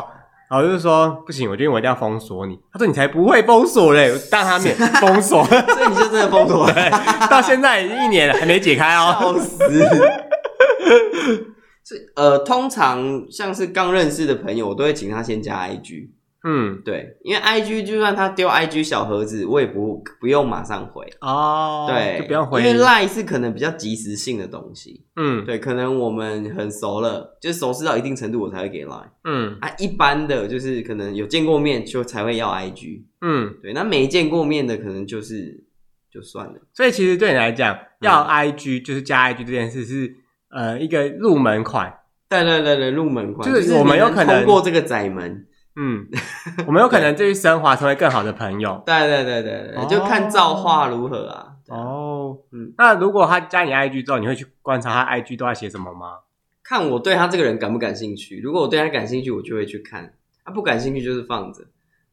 S1: 然后我就说不行，我觉得我一定要封锁你。他说你才不会封锁嘞，我当他 面封锁，
S2: 所以你就真的封锁了，
S1: 到现在已经一年了还没解开哦。
S2: 笑死。是呃，通常像是刚认识的朋友，我都会请他先加 IG，
S1: 嗯，
S2: 对，因为 IG 就算他丢 IG 小盒子，我也不不用马上回，
S1: 哦，
S2: 对，
S1: 就不要回
S2: 因为 Line 是可能比较即时性的东西，
S1: 嗯
S2: 对，可能我们很熟了，就是熟识到一定程度，我才会给 Line
S1: 嗯
S2: 啊。一般的就是可能有见过面就才会要 IG，
S1: 嗯，
S2: 对，那没见过面的可能就是就算了，
S1: 所以其实对你来
S2: 嗯
S1: 讲，要 IG 就是加 IG 这件事是呃一个入门款，
S2: 对对对对，入门款
S1: 就是我们有可能
S2: 你通过这个窄门，
S1: 嗯，我们有可能继续升华成为更好的朋友。
S2: 对对对对对，就看造化如何啊。对啊
S1: 哦，
S2: 嗯
S1: 那如果他加你 IG 之后，你会去观察他 IG 都在写什么 吗？
S2: 看我对他这个人感不感兴趣。如果我对他感兴趣，我就会去看；他、不感兴趣就是放着，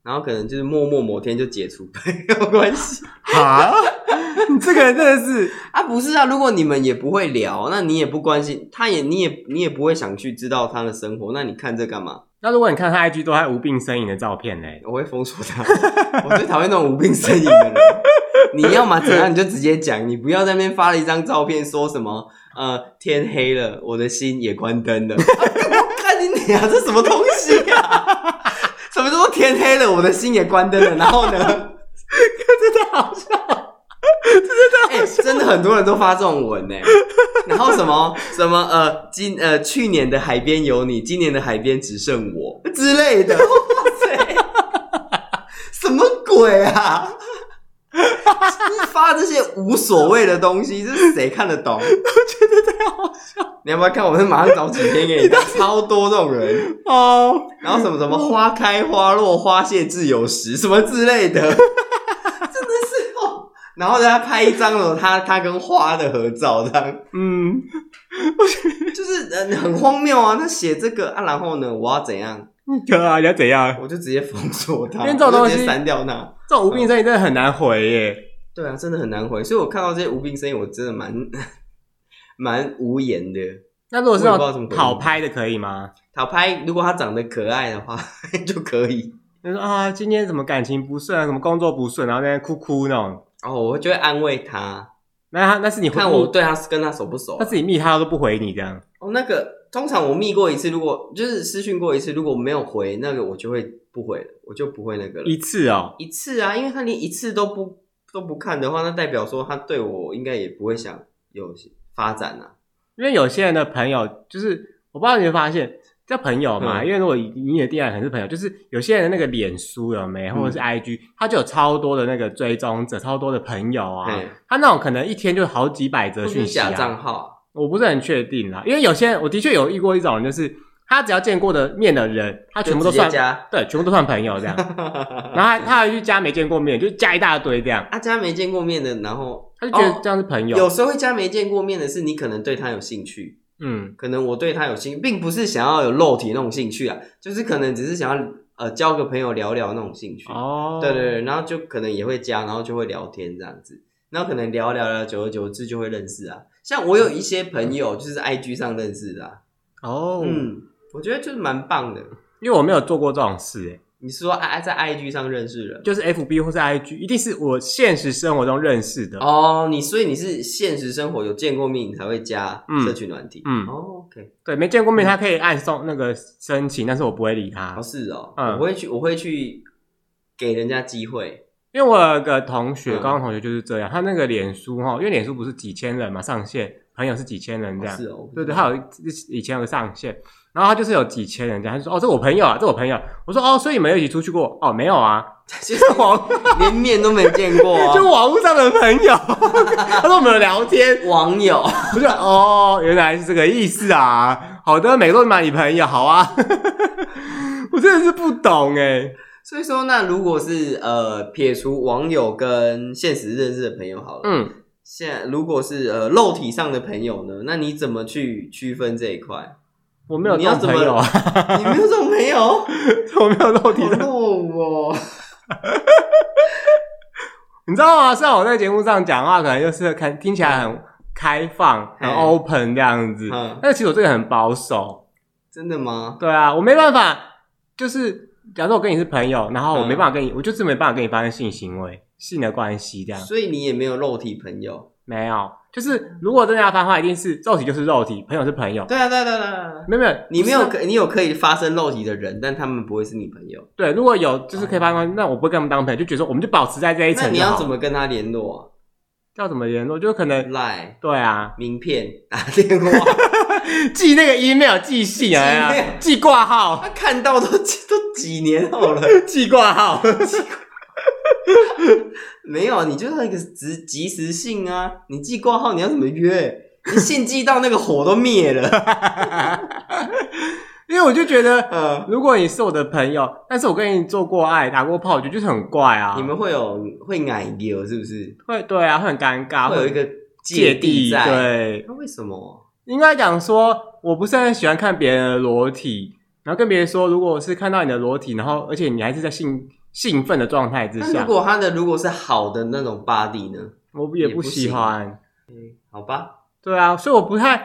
S2: 然后可能就是默默某天就解除朋友关系。
S1: 啊，你 这个人真的是，
S2: 啊，不是啊，如果你们也不会聊，那你也不关心，他也你也你也不会想去知道他的生活，那你看这干嘛？
S1: 那如果你看他 IG 都在无病呻吟的照片呢？
S2: 我会封锁他，我最讨厌那种无病呻吟的人。你要嘛怎样你就直接讲，你不要在那边发了一张照片说什么呃天黑了，我的心也关灯了。 啊我看你俩这什么东西啊？ 什么叫做天黑了，我的心也关灯了？然后呢？
S1: 真的好笑，
S2: 哎、真的很多人都发这种文呢、然后什么什么呃，今呃去年的海边有你，今年的海边只剩我之类的，哇塞，什么鬼啊！你发这些无所谓的东西，这是谁看得懂？我觉得太好笑。你要不要看？我是马上找几篇给你看，超多这种人，
S1: 哦，
S2: 然后什么什么花开花落，花谢自有时，什么之类的。哦然后大家拍一张了，他他跟花的合照，这样
S1: 嗯，
S2: 就是呃很荒谬啊！他写这个啊，然后呢，我要怎样？
S1: 你可啊，你要怎样？
S2: 我就直接封锁他，
S1: 因为这种东西
S2: 我就直接删掉他。
S1: 这种无病呻吟真的很难回耶。
S2: 对啊，真的很难回，所以我看到这些无病呻吟，我真的蛮 蛮无言的。
S1: 那如果是
S2: 我也不知道
S1: 那
S2: 怎么
S1: 种
S2: 回
S1: 讨拍的可以吗？
S2: 讨拍，如果他长得可爱的话 就可以。
S1: 就说啊，今天怎么感情不顺啊，什么工作不顺，然后在那边哭哭那种。
S2: 哦，我就会安慰他，
S1: 那他那是你回
S2: 看我，对他跟他熟不熟啊、
S1: 他自己密他都不回你这样。
S2: 哦，那个通常我密过一次，如果就是私讯过一次，如果没有回，那个我就会不回了，我就不会那个了。
S1: 一次哦，
S2: 一次啊，因为他连一次都不都不看的话，那代表说他对我应该也不会想有发展啊。
S1: 因为有些人的朋友，就是我不知道你有没有发现，叫朋友嘛，
S2: 嗯
S1: 因为如果以你的定义可能是朋友，就是有些人的那个脸书有没，或者是
S2: 嗯
S1: IG，、他就有超多的那个追踪者，超多的朋友啊，
S2: 嗯，
S1: 他那种可能一天就好几百则
S2: 或
S1: 讯
S2: 是
S1: 息
S2: 假
S1: 啊，
S2: 账号
S1: 我不是很确定啊啦，因为有些人我的确有遇过一种人，就是他只要见过的面的人，他
S2: 啊
S1: 全部都算
S2: 加。
S1: 对，全部都算朋 友这样，然后他他还去加没见过面，就加一大堆这样，
S2: 啊，加没见过面的，然后
S1: 他就觉得
S2: 哦
S1: 这样是朋友，
S2: 有时候会加没见过面的是，你可能对他有兴趣，
S1: 嗯
S2: 可能我对他有兴趣，并不是想要有肉体那种兴趣啊，就是可能只是想要呃交个朋友聊聊那种兴趣。
S1: 哦，
S2: 对对对，然后就可能也会加，然后就会聊天这样子，然后可能聊聊聊，久而久之就会认识啊。像我有一些朋友就是 IG 上认识的、啊，
S1: 哦，
S2: 嗯，我觉得就是蛮棒的。
S1: 因为我没有做过这种事、欸，
S2: 你是说啊，在 IG 上认识人？
S1: 就是 FB 或是 IG，一定是我现实生活中认识的。
S2: 哦，你所以你是现实生活有见过面，你才会加
S1: 嗯
S2: 社群软体。
S1: 嗯，
S2: 哦，OK，
S1: 对，没见过面，他可以按送那个申请，但是我不会理他
S2: 哦，，是哦，
S1: 嗯
S2: 我会去，我会去给人家机会。
S1: 因为我有个同学，
S2: 嗯
S1: 高中同学就是这样，他那个脸书哈，因为脸书不是几千人嘛，上限朋友是几千人
S2: 哦
S1: 这样，
S2: 是哦，
S1: 对对， 他有以前有个上限，然后他就是有几千人这样，他就说哦，这我朋友啊，这我朋友，我说哦，所以你们有一起出去过？哦，没有 啊，
S2: 就是
S1: 这网
S2: 连面都没见过、啊，
S1: 就网络上的朋友， 他说我们有聊天，
S2: 网友。
S1: 我就哦，原来是这个意思啊！好的，每个都买你朋友，好啊！ 我真的是不懂哎，
S2: 所以说，那如果是呃撇除网友跟现实认识的朋友好了，
S1: 嗯，
S2: 现在如果是呃肉体上的朋友呢，那你怎么去区分这一块？
S1: 我没有
S2: 你
S1: 这
S2: 要
S1: 种
S2: 怎么
S1: 朋友啊，
S2: 你没有这种朋友，
S1: 我没有肉体
S2: 好
S1: 的，
S2: 弱哦。
S1: 你知道吗？虽然我在节目上讲话，可能就是看听起来很开放、很
S2: 嗯
S1: open 这样子，
S2: 嗯，
S1: 但是其实我这个很保守。
S2: 真的吗？
S1: 对啊，我没办法，就是假如说我跟你是朋友，然后我
S2: 嗯
S1: 没办法跟你，我就是没办法跟你发生性行为、性的关系这样。
S2: 所以你也没有肉体朋友。
S1: 没有，就是如果真的要发生的话，一定是肉体就是肉体，朋友是朋友。
S2: 对啊，对啊对啊对啊对啊。
S1: 没有没有，
S2: 你没
S1: 不
S2: 有
S1: 是
S2: 可，你有可以发生肉体的人，但他们不会是你朋友。
S1: 对，如果有就是可以发生关系，那我不会跟他们当朋友，就觉得说我们就保持在这一层
S2: 那你
S1: 就好
S2: 要怎么跟他联络
S1: 要怎么联络？就可
S2: 啊
S1: 能
S2: ？Line、
S1: 对啊，
S2: 名片、打电话，
S1: 寄那个 email 寄信啊
S2: 寄 mail，
S1: 寄挂号，
S2: 他看到都都几年后 了。
S1: 寄挂号。
S2: 没有，你就是那个及及时性啊！你寄挂号，你要怎么约？你信寄到那个火都灭了。
S1: 因为我就觉得，
S2: 呃，
S1: 如果你是我的朋友，但是我跟你做过爱、打过炮，我觉得就是很怪啊。
S2: 你们会有会奶牛是不是？
S1: 会对啊，会很尴尬，
S2: 会有一个
S1: 芥
S2: 地在。
S1: 对，
S2: 那为什么？
S1: 应该讲说，我不是很喜欢看别人的裸体，然后跟别人说，如果我是看到你的裸体，然后而且你还是在兴兴奋的状态之
S2: 那
S1: 下
S2: 如，果他的如果是好的那种 body 呢？
S1: 我也不喜欢。
S2: 好吧，
S1: 对啊，所以我不太，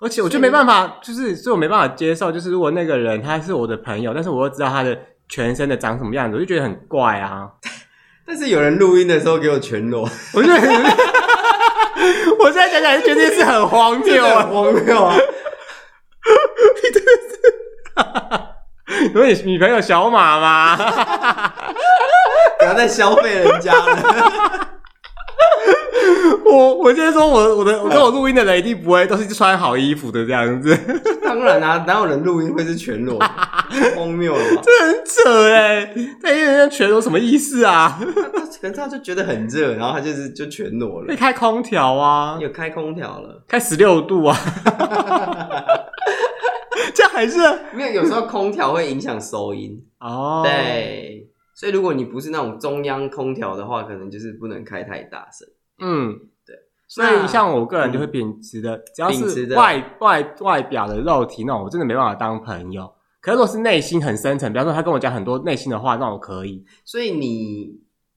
S1: 而且我就没办法，就是所以我没办法接受，就是如果那个人他是我的朋友，但是我又知道他的全身的长什么样子，我就觉得很怪啊。
S2: 但是有人录音的时候给我全裸，
S1: 我就 很，我现在想想就觉得这件事很荒
S2: 真
S1: 谬
S2: 的
S1: 啊
S2: 很。荒谬啊！
S1: 如果你女朋友小马吗？
S2: 不要再消费人家了。
S1: 我我现在说我我的我跟我录音的人一定不会都是穿好衣服的这样子， 这
S2: 当然啊，哪有人录音会是全 裸的？荒谬了吧？
S1: 很扯哎、欸！那些人全裸什么意思啊？
S2: 他可能他就觉得很热，然后他就是就全裸
S1: 可以
S2: 了。
S1: 开空调啊，
S2: 有开空调了。
S1: 开十六度啊， 这样还是
S2: 没有，有时候空调会影响收音。
S1: 哦，，
S2: 对，所以如果你不是那种中央空调的话，可能就是不能开太大声。
S1: 嗯，
S2: 对。嗯
S1: 所以像我个人就会秉持的，只要
S2: 秉持
S1: 是
S2: 的
S1: 外外外表的肉体那种，我真的没办法当朋友。可是如果是内心很深层，比方说他跟我讲很多内心的话，那我可以。
S2: 所以你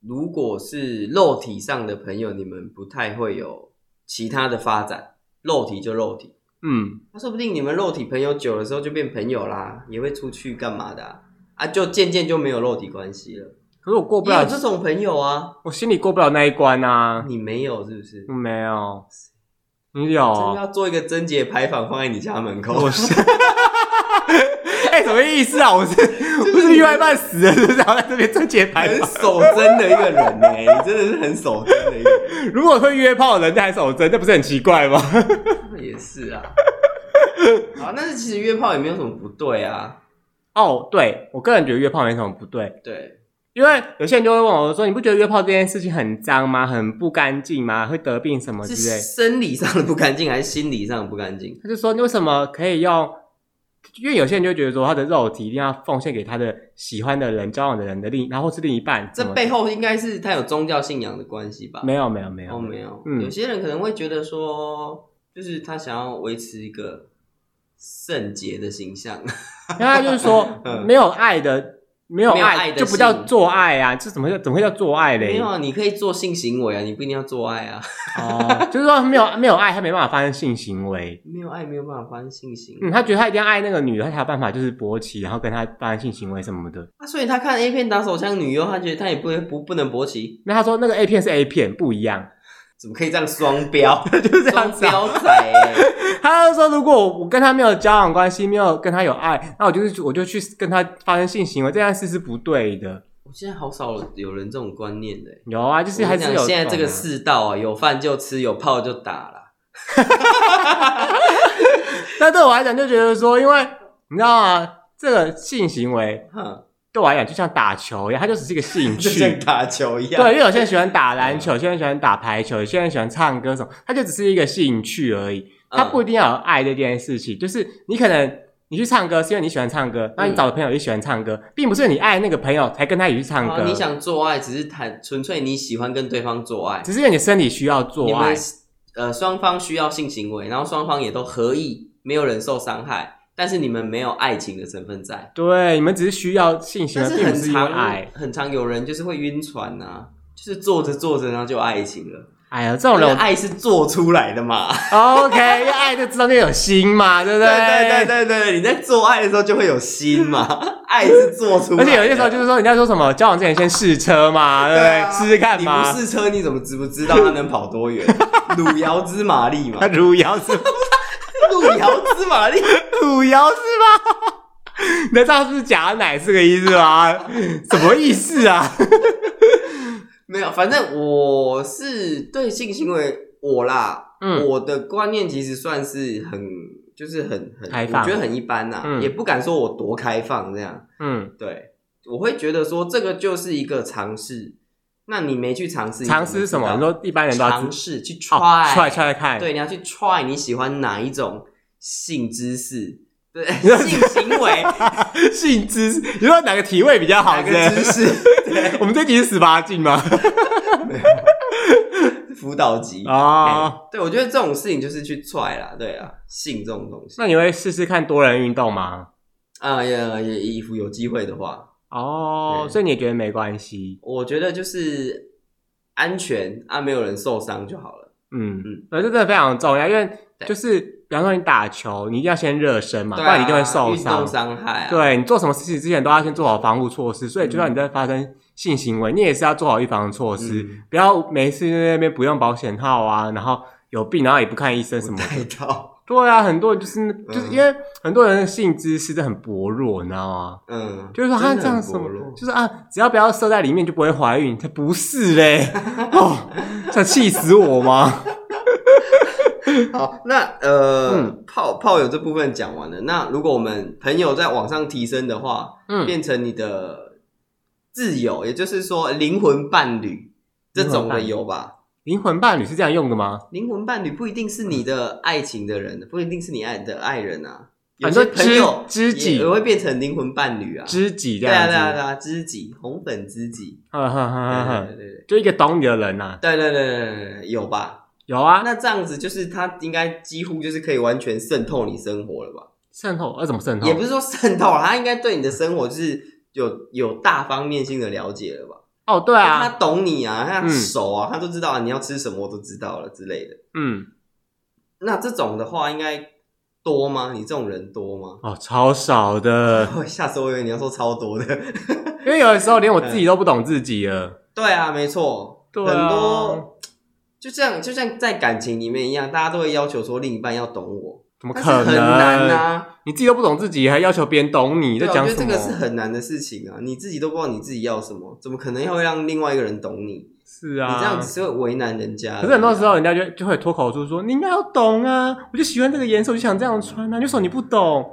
S2: 如果是肉体上的朋友，你们不太会有其他的发展，肉体就肉体。
S1: 嗯，
S2: 那说不定你们肉体朋友久的时候就变朋友啦，也会出去干嘛的啊？啊就渐渐就没有肉体关系了。
S1: 可是我过不
S2: 也有
S1: 了，
S2: 这种朋友啊，
S1: 我心里过不了那一关啊。
S2: 你没有是不是？
S1: 没有，你有
S2: 真的
S1: 哦？
S2: 要做一个贞洁牌坊放在你家门口。
S1: 我 是。哎、什么意思啊？我是、我是意外半死的，是不是？然后在这边正节牌
S2: 很
S1: 坊。
S2: 守贞的一个人呢、你真的是很守贞的一个人。
S1: 如果会约炮的人，这还守贞，这不是很奇怪吗？
S2: 也是啊。好，但是其实约炮也没有什么不对啊。
S1: 哦，对我个人觉得约炮没什么不对，
S2: 对，
S1: 因为有些人就会问我说：“你不觉得约炮这件事情很脏吗？很不干净吗？会得病什么
S2: 是
S1: 之类
S2: 生理上的不干净还是心理上的不干净？”？
S1: 他就说：“你为什么可以用？”因为有些人就会觉得说，他的肉体一定要奉献给他的喜欢的人、交往的人的另，然后是另一半。
S2: 这
S1: 什么的
S2: 背后应该是他有宗教信仰的关系吧？
S1: 没有没有没有，
S2: 哦，没有。
S1: 嗯
S2: 有些人可能会觉得说，就是他想要维持一个圣洁的 形象。
S1: 因为他就是说
S2: 嗯
S1: 没有爱的，没有
S2: 没有爱
S1: 爱
S2: 的
S1: 就不叫
S2: 性
S1: 做爱啊，这怎么叫怎么会叫做爱嘞？
S2: 没有啊，你可以做性行为啊，你不一定要做爱啊。
S1: 哦，就是说没有没有爱，他没办法发生性行为。
S2: 没有爱没有办法发生性行为、
S1: 嗯，他觉得他一定要爱那个女的，他才有办法就是勃起，然后跟她发生性行为什么的。
S2: 啊，所以他看 A 片打手枪女优，他觉得他也不能不不能勃起。
S1: 那他说那个 A 片是 A 片不一样，
S2: 怎么可以这样双标？
S1: 就是这样
S2: 双
S1: 子、啊。
S2: 标仔、欸，
S1: 他就说如果我我跟他没有交往关系，没有跟他有爱，那我就是我就去跟他发生性行为，这件事是不对的。
S2: 我现在好少有人这种观念的、欸。
S1: 有啊，就是还
S2: 我
S1: 是
S2: 讲
S1: 有、
S2: 现在这个，世道啊，有饭就吃，有炮就打啦。
S1: 那对我来讲就觉得说，因为你知道吗，这个性行为
S2: 哼，
S1: 对我来讲就像打球一样，它就只是一个兴
S2: 就像
S1: 趣。
S2: 打球一样。
S1: 对，因为有些人喜欢打篮球，有些人喜欢打排球，有些人喜欢唱歌什么，它就只是一个兴趣而已。
S2: 嗯
S1: 它不一定要有爱这件事情，就是你可能你去唱歌是因为你喜欢唱歌，
S2: 嗯
S1: 那你找的朋友也喜欢唱歌，并不是你爱那个朋友才跟他一起去唱
S2: 啊，
S1: 歌，
S2: 你想做爱，只是谈纯粹你喜欢跟对方做爱，
S1: 只是因为你身体需要做
S2: 你
S1: 爱
S2: 们，呃双方需要性行为，然后双方也都合意，没有人受伤害，但是你们没有爱情的成分在。
S1: 对，你们只是需要性行
S2: 但
S1: 为，
S2: 是
S1: 并
S2: 很
S1: 不是因为
S2: 常
S1: 爱
S2: 很常有人就是会晕船呐、啊，就是做着做着然后就有爱情了。
S1: 哎呀，这种
S2: 因
S1: 人
S2: 为
S1: 我
S2: 爱是做出来的 嘛。
S1: OK，要爱就知道那有心嘛，对不对？
S2: 啊对对对对对，你在做爱的时候就会有心 嘛，爱是做出来
S1: 而
S2: 的。
S1: 且有些时候就是说，人家说什么交往之前先试车嘛，对不
S2: 对啊
S1: 对？试试看
S2: 你
S1: 嘛。
S2: 不试车，你怎么知不知道它能跑 多远？汝窑之马力嘛
S1: 他，汝窑是
S2: 汝窑之马力，
S1: 汝窑是吗？ 你知道是不是假奶是个意思吗？ 什么意思啊？
S2: 没有，反正我是对性行为我啦，
S1: 嗯
S2: 我的观念其实算是很，就是很很，
S1: 开放
S2: 我觉得很一般啦，
S1: 嗯
S2: 也不敢说我多开放这样。
S1: 嗯，
S2: 对，我会觉得说这个就是一个尝试，那你没去尝试，
S1: 嗯常识
S2: 你
S1: 是什
S2: 怎么
S1: 么？
S2: 知
S1: 你
S2: 道
S1: 说一般人都要
S2: 尝
S1: 知
S2: 试去 try，、
S1: 哦，出来出来看。
S2: 对，你要去 try 你喜欢哪一种性知识， 对，
S1: 说
S2: 性行为
S1: 性知识，你说哪个体位比较好？
S2: 哪个知识？
S1: 对？ 我们这集是十八禁 吗？
S2: 辅导级啊、
S1: 啊，
S2: 对，我觉得这种事情就是去 try 啦，对啊，性这种东西，
S1: 那你会试试看多人运动吗？
S2: 啊，也也衣服有机会的话，
S1: 哦，
S2: 对
S1: 所以你也觉得没关系？
S2: 我觉得就是安全啊，没有人受伤就好了。
S1: 嗯
S2: 嗯，
S1: 而这真的非常重要，因为
S2: 对
S1: 就是比方说你打球，你一定要先热身嘛，
S2: 对
S1: 不
S2: 啊，
S1: 然你一定会受
S2: 运动
S1: 伤。
S2: 伤害啊。
S1: 对你做什么事情之前都要先做好防护措施，所以就算你在发生性行为，你也是要做好预防措施，
S2: 嗯
S1: 不要每次在那边不用保险套啊，然后有病然后也不看医生什么的。
S2: 带到，
S1: 对啊，很多人就是就是
S2: 嗯
S1: 因为很多人的性知识真的很薄弱，你知道吗？
S2: 嗯，
S1: 就是说他
S2: 真的
S1: 这样
S2: 很
S1: 什
S2: 薄
S1: 么
S2: 弱，
S1: 就是啊，只要不要射在里面就不会怀孕，他不是 嘞，哦，想气死我吗？
S2: 好，那呃，
S1: 嗯
S2: 炮炮友这部分讲完了。那如果我们朋友在往上提升的话，
S1: 嗯，
S2: 变成你的挚友，也就是说灵魂伴侣这种的有吧？
S1: 灵魂伴侣是这样用的吗？
S2: 灵魂伴侣不一定是你的爱情的人，不一定是你爱的爱人啊。有
S1: 很
S2: 些
S1: 多
S2: 朋友
S1: 知知己
S2: 也也会变成灵魂伴侣啊。
S1: 知己这
S2: 对啊，
S1: 样子
S2: 对，啊，对啊，知己，红粉知己，
S1: 哈哈哈哈
S2: 对对对
S1: 就一个懂你的人呐、
S2: 对对对对对对对对，有吧？
S1: 有啊，
S2: 那这样子就是他应该几乎就是可以完全渗透你生活了吧？
S1: 渗透，呃，怎么渗透
S2: 也？不是说渗透啦，他应该对你的生活就是有有大方面性的了解了吧？
S1: 哦，对
S2: 他
S1: 啊，
S2: 懂你啊，他
S1: 嗯
S2: 熟啊，他都知道、啊、你要吃什么，我都知道了之类的。
S1: 嗯，
S2: 那这种的话应该多吗？你这种人多吗？
S1: 哦，超少的，
S2: 我 吓死我，以为你要说超多的。
S1: 因为有的时候连我自己都不懂自己了。
S2: 对啊，没错，
S1: 对啊
S2: 很多。就像就像在感情里面一样，大家都会要求说另一半要懂我，
S1: 怎么
S2: 但
S1: 可
S2: 是
S1: 能？
S2: 很难啊！
S1: 你自己都不懂自己，还要求别人懂你，在
S2: 对啊
S1: 讲
S2: 我觉
S1: 什
S2: 得
S1: 么？
S2: 这个是很难的事情啊，你自己都不知道你自己要什么，怎么可能要让另外一个人懂你？
S1: 是啊，
S2: 你这样子是会为难人家的。
S1: 可是很多时候，人家就就会脱口而出说：“你应该要懂啊，我就喜欢这个颜色，我就想这样穿啊。”就说你不懂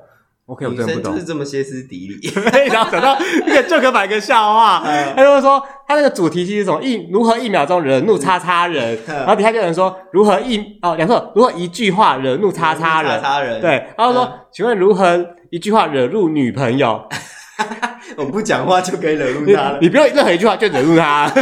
S1: ，OK，我
S2: 女
S1: 真的不
S2: 生就
S1: 懂
S2: 是。这么歇斯底里。
S1: 然后想到 那个就可买个笑话，
S2: 嗯
S1: 他就会说他那个主题其实是什么一如何一秒钟惹怒叉叉人，
S2: 嗯
S1: 然后底下就有人说如何一哦，两个如何一句话惹怒叉叉人，
S2: 叉人，
S1: 对，然后说、
S2: 嗯
S1: 请问如何一句话惹怒女朋 友？
S2: 我不讲话就可以惹怒
S1: 你
S2: 他 了。
S1: 你不用任何一句话就惹怒他，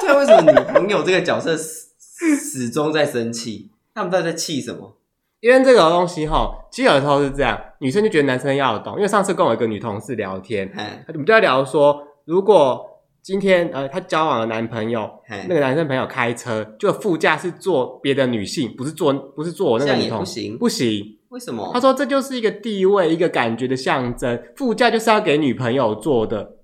S2: 对，为什么女朋友这个角色始始终在生气？他们到底在气什么？
S1: 因为这个东西哈，其实有时候是这样，女生就觉得男生要懂。因为上次跟我一个女同事聊天，
S2: 嘿，
S1: 我们就在聊说，如果今天呃她交往的男朋友，
S2: 嘿
S1: 那个男生朋友开车，就副驾是坐别的女性，不是坐不是坐我那个
S2: 这样
S1: 女
S2: 也
S1: 同
S2: 不
S1: 事，
S2: 行，
S1: 不行。
S2: 为什么
S1: 他？说这就是一个地位，一个感觉的象征，副驾就是要给女朋友坐的。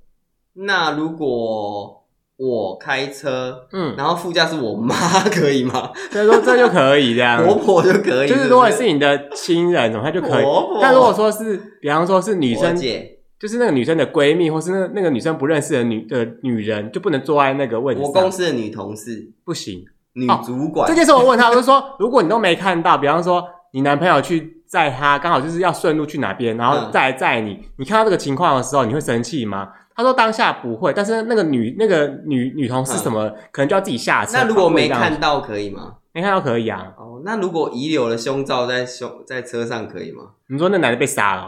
S2: 那如果我开车，
S1: 嗯，
S2: 然后副驾是我妈，可以吗？
S1: 所以说这就可以这 样。
S2: 婆婆就可以，哦
S1: 就是如果是你的亲人，哦他就可以
S2: 婆婆。
S1: 但如果说是，比方说是女
S2: 女生
S1: 生
S2: 姐，
S1: 就是那个女生的闺蜜，或是那个那个女生不认识的女的女人，就不能坐在那个位置
S2: 我
S1: 上
S2: 公，司的女同事、
S1: 不行。
S2: 女
S1: 哦
S2: 主管
S1: 这，件事我问他，我就说，如果你都没看到，比方说你男朋友去载她，刚好就是要顺路去哪边，然后
S2: 嗯
S1: 再来载你，你看到这个情况的时候，你会生气吗？他说当下不会，但是那个女那个女女同事什么，可能就要自己下车。
S2: 嗯那如果没
S1: 然后会让
S2: 看到可以吗？
S1: 没看到可以啊？
S2: 哦，那如果遗留了胸罩在胸在车上可以吗？
S1: 你说那男的被杀 了，哦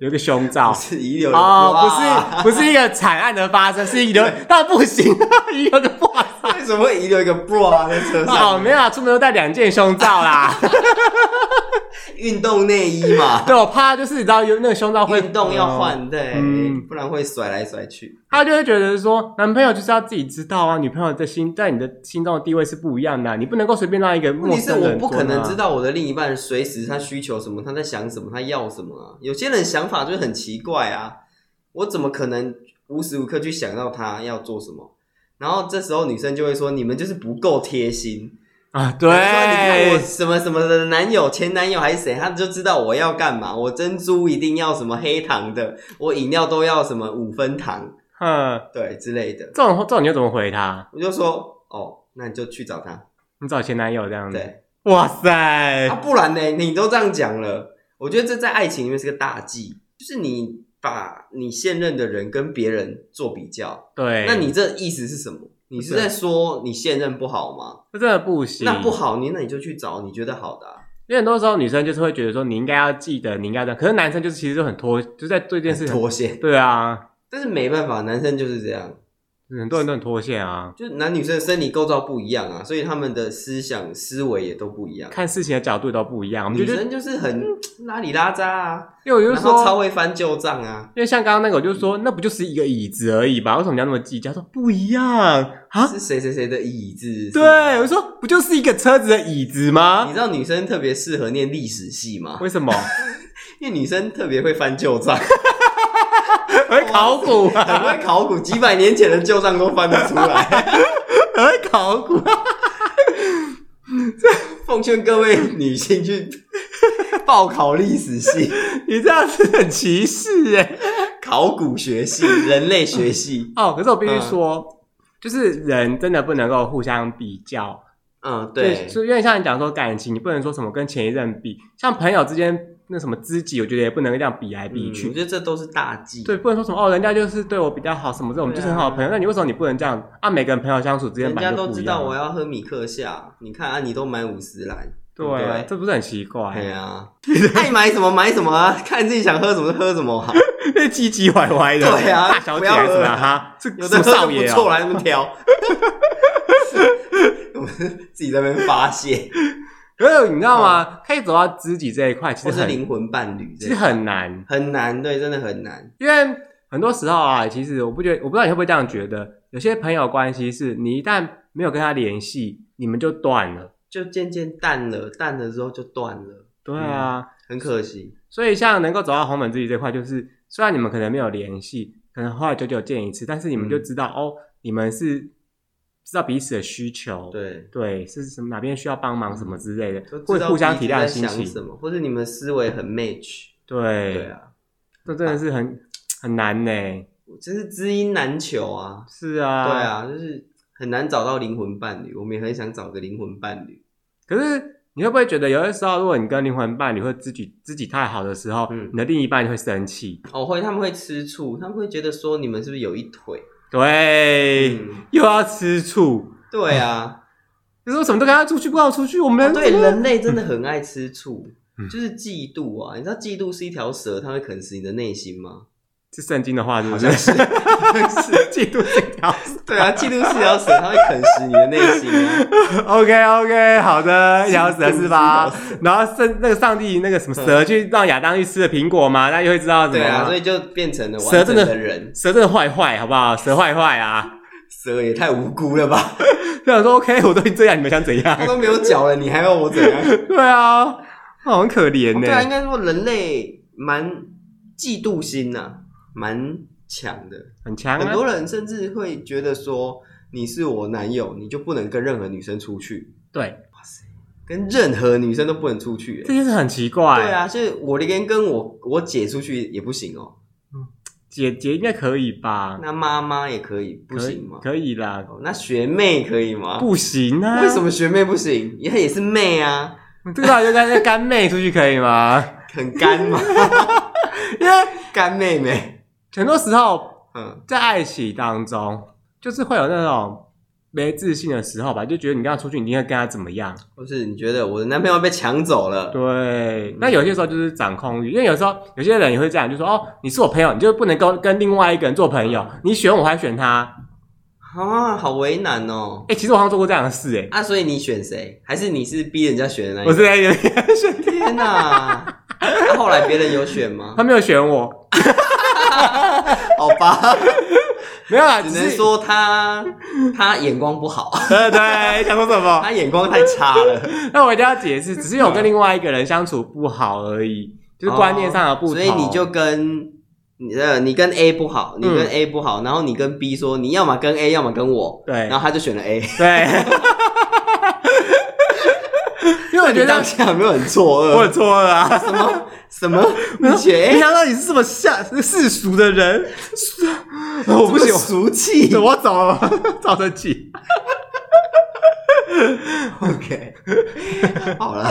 S1: 有一个胸罩
S2: 不。是 遗留了
S1: 哦，
S2: 哇
S1: 啊 不是，不是一个惨案的发生，是遗留，那不行，遗留就不好。
S2: 为什么会遗留一个 bra 在车
S1: 哦，
S2: 上？
S1: 没有啊，出门都带两件胸罩 啦。
S2: 运动内衣嘛，
S1: 对，我怕就是你知道有那个胸罩 会
S2: 运动要，换对
S1: 嗯，
S2: 不然会甩来甩去。
S1: 他就会觉得说，男朋友就是要自己知道啊，女朋友的心在你的心中的地位是不一样的啊、你不能够随便让一个
S2: 问
S1: 陌
S2: 题是
S1: 生人、啊
S2: 我不可能知。道我的另一半随时他需求什么，他在想什么，他要什么啊？有些人想法就是很奇怪啊，我怎么可能无时无刻去想到他要做什么？然后这时候女生就会说：“你们就是不够贴心。”
S1: 啊，
S2: 比如说你看
S1: 对，
S2: 我什么什么的男友、前男友还是谁，他就知道我要干嘛。我珍珠一定要什么黑糖的，我饮料都要什么五分糖，
S1: 嗯，
S2: 对之类的。
S1: 这种这种你又怎么回他？
S2: 我就说哦，那你就去找他。
S1: 你找前男友这样子？
S2: 对，
S1: 哇塞，
S2: 啊，不然呢？你都这样讲了，我觉得这在爱情里面是个大忌，就是你把你现任的人跟别人做比较，
S1: 对，
S2: 那你这意思是什么？你是在说你现任不好吗？
S1: 这真的不行。
S2: 那不，好，你那你就去找你觉得好的啊、
S1: 因为很多时候女生就是会觉得说你应该要记得，你应该这样。可是男生就是其实就很拖，就是在对这件事情。
S2: 脱鞋。
S1: 对啊，
S2: 但是没办法，男生就是这样。
S1: 很多人都很脱线啊，
S2: 就是男女生的生理构造不一样啊，所以他们的思想思维也都不一样。
S1: 看事情的角度都不一样。我们就
S2: 女
S1: 觉得，
S2: 生就是很邋里邋遢啊，
S1: 因为我就
S2: 然
S1: 说
S2: 后超会翻旧账啊，
S1: 因为像刚刚那个，我就说那不就是一个椅子而已吧？为什么你要那么计较？他说不一样啊，
S2: 是谁谁谁的椅子？
S1: 对，啊我说不就是一个车子的椅子
S2: 你
S1: 吗？
S2: 知道女生特别适合念历史系吗？
S1: 为什么？
S2: 因为女生特别会翻旧账，
S1: 我会考古啊，
S2: 很会考古，几百年前的旧账都翻得出来。
S1: 我会考古、啊。
S2: 奉劝各位女性去 报考历史系、
S1: 你这样子很歧视哎、
S2: 考古学系、人类学系。
S1: 哦，可是我必须
S2: 嗯
S1: 说，就是人真的不能够互相比较。
S2: 嗯，对，
S1: 所以因为像你讲说感情，你不能说什么跟前一任比，像朋友之间那什么知己，我觉得也不能这样比来比
S2: 嗯
S1: 去。
S2: 我觉得这都是大忌。
S1: 对，不能说什么哦，人家就是对我比较好，什么这种、
S2: 对啊
S1: 就是很好的朋友。那你为什么你不能这样啊？每个人朋友相处之间
S2: 人
S1: 本来
S2: 家
S1: 就
S2: 都
S1: 不
S2: 知
S1: 一样
S2: 道我
S1: 啊
S2: 要喝米克夏，你看啊，你都买五十来，不
S1: 对啊，这不是很奇
S2: 对
S1: 怪？
S2: 呀， 爱买什么买什么啊，看自己想喝什么就喝什么啊，
S1: 那唧唧歪歪的，
S2: 对啊
S1: 大小姐还是什
S2: 不
S1: 么
S2: 要
S1: 啊
S2: 喝
S1: 哈，这
S2: 有
S1: 什
S2: 的
S1: 么
S2: 喝就
S1: 少
S2: 不
S1: 爷
S2: 错
S1: 哦，
S2: 来那 么挑，我们自己在那边发泄，
S1: 因为你知道吗？可以走到知己这一块，其
S2: 嗯或
S1: 实
S2: 是
S1: 很
S2: 灵魂伴侣
S1: 其
S2: 这
S1: 实
S2: 样，
S1: 很难，
S2: 很难，对，真的很难。
S1: 因为很多时候啊，其实我不觉得，我不知道你会不会这样觉得，有些朋友关系是你一旦没有跟他联系，你们就断了。
S2: 就渐渐淡了，淡了之后就断了，
S1: 对啊，
S2: 很可惜。
S1: 所以像能够走到红粉知己这块，就是虽然你们可能没有联系，可能后来久久见一次，但是你们
S2: 嗯
S1: 就知道、哦，你们是知道彼此的需求，
S2: 对，
S1: 对，是什么哪边需要帮忙什么之类
S2: 就
S1: 的，
S2: 知
S1: 会
S2: 道
S1: 互相体谅
S2: 彼此
S1: 心
S2: 在想
S1: 情，
S2: 什么，或者你们思维很 match。
S1: 对，
S2: 对啊，
S1: 这真的是很很难呢。
S2: 真是知音难求啊。
S1: 是啊，
S2: 对。啊，就是很难找到灵魂伴侣。我们也很想找个灵魂伴侣。
S1: 可是你会不会觉得有的时候，如果你跟灵魂伴侣或自己自己太好的时候，
S2: 嗯
S1: 你的另一半会生气，
S2: 哦，会他们会吃醋，他们会觉得说你们是不是有一腿？
S1: 对，
S2: 嗯，
S1: 又要吃醋。
S2: 对啊，
S1: 你说什么都跟他出去，不让我出去，我们、
S2: 哦对，人类真的很爱吃醋
S1: 嗯，
S2: 就是嫉妒啊。你知道嫉妒是一条蛇，它会啃食你的内心吗？
S1: 是圣经的话，是不
S2: 好
S1: 是
S2: 像？是，是，
S1: 嫉妒这条。
S2: 对啊，嫉妒是一条蛇，它会啃食你的内心啊。
S1: 嗯 OK OK，好的，一条蛇是吧
S2: 嫉妒？
S1: 然后圣那个上帝那个什么蛇去让亚当去吃了苹果嘛，大家就会知道怎
S2: 对
S1: 么
S2: 啊，
S1: 了。
S2: 所以就变成了
S1: 嗯蛇真
S2: 完整
S1: 的
S2: 的人。
S1: 蛇真的坏坏，好不好？蛇坏坏啊！
S2: 蛇也太无辜了吧？
S1: 就想说 OK，我都已经这样，你们想怎样
S2: 它？都没有脚了，你还要我怎样？
S1: 对啊，哦很可怜呢、
S2: 对啊，应该说人类蛮嫉妒心呐、蛮强的。
S1: 很强
S2: 很
S1: 啊。
S2: 多人甚至会觉得说，你是我男友，你就不能跟任何女生出去，
S1: 对，
S2: 跟任何女生都不能出去、
S1: 这
S2: 欸。
S1: 件事很奇怪。
S2: 对，啊，所以我连跟我我姐出去也不行哦、
S1: 姐姐应该可以吧？
S2: 那妈妈也可以，不
S1: 可以
S2: 行吗？
S1: 可以啦，
S2: 哦那学妹可以吗？
S1: 不行啊！
S2: 为什？么学妹不行？也也是妹啊，
S1: 这个就跟干妹出去可以吗？
S2: 很干嘛，
S1: 因为
S2: 干妹妹。
S1: 很多时候
S2: 嗯，
S1: 在爱情当中，就是会有那种没自信的时候吧，就觉得你跟他出去，你一定会跟他怎么样？
S2: 或是你觉得我的男朋友被抢走了？
S1: 对，那有些时候就是掌控欲，因为有时候有些人也会这样，就说哦，你是我朋友，你就不能够跟另外一个人做朋友，你选我还选他，
S2: 啊，好为难哦。
S1: 哎、其实我好像做过这样的事、哎、
S2: 啊，所以你选谁？还是你是逼人家选的那一
S1: 我
S2: 个？
S1: 是在那边选
S2: 天哪、那后来别人有选吗？
S1: 他没有选我，
S2: 好吧，
S1: 没有啦，
S2: 只
S1: 只
S2: 能
S1: 是
S2: 说他他眼光不好，
S1: 对呃对，想说什么？
S2: 他眼光太差了，
S1: 那我一定要解释，只是有跟另外一个人相处不好而已，就是观念上的不同。
S2: 哦所以你就跟你呃，你跟 A 不好，你
S1: 嗯
S2: 跟 A 不好，然后你跟 B 说你要么跟 A，要么跟我，
S1: 对
S2: 然后他就选了 A。
S1: 对，因为我觉
S2: 你当
S1: 得
S2: 下有没有很错
S1: 我
S2: 愕？
S1: 很错愕啊。
S2: 什么什么？你选
S1: 没
S2: A，
S1: 想到你是这么下世俗的人，我不行
S2: 这么，俗气。
S1: 我我走 了，造成气。
S2: OK，好了，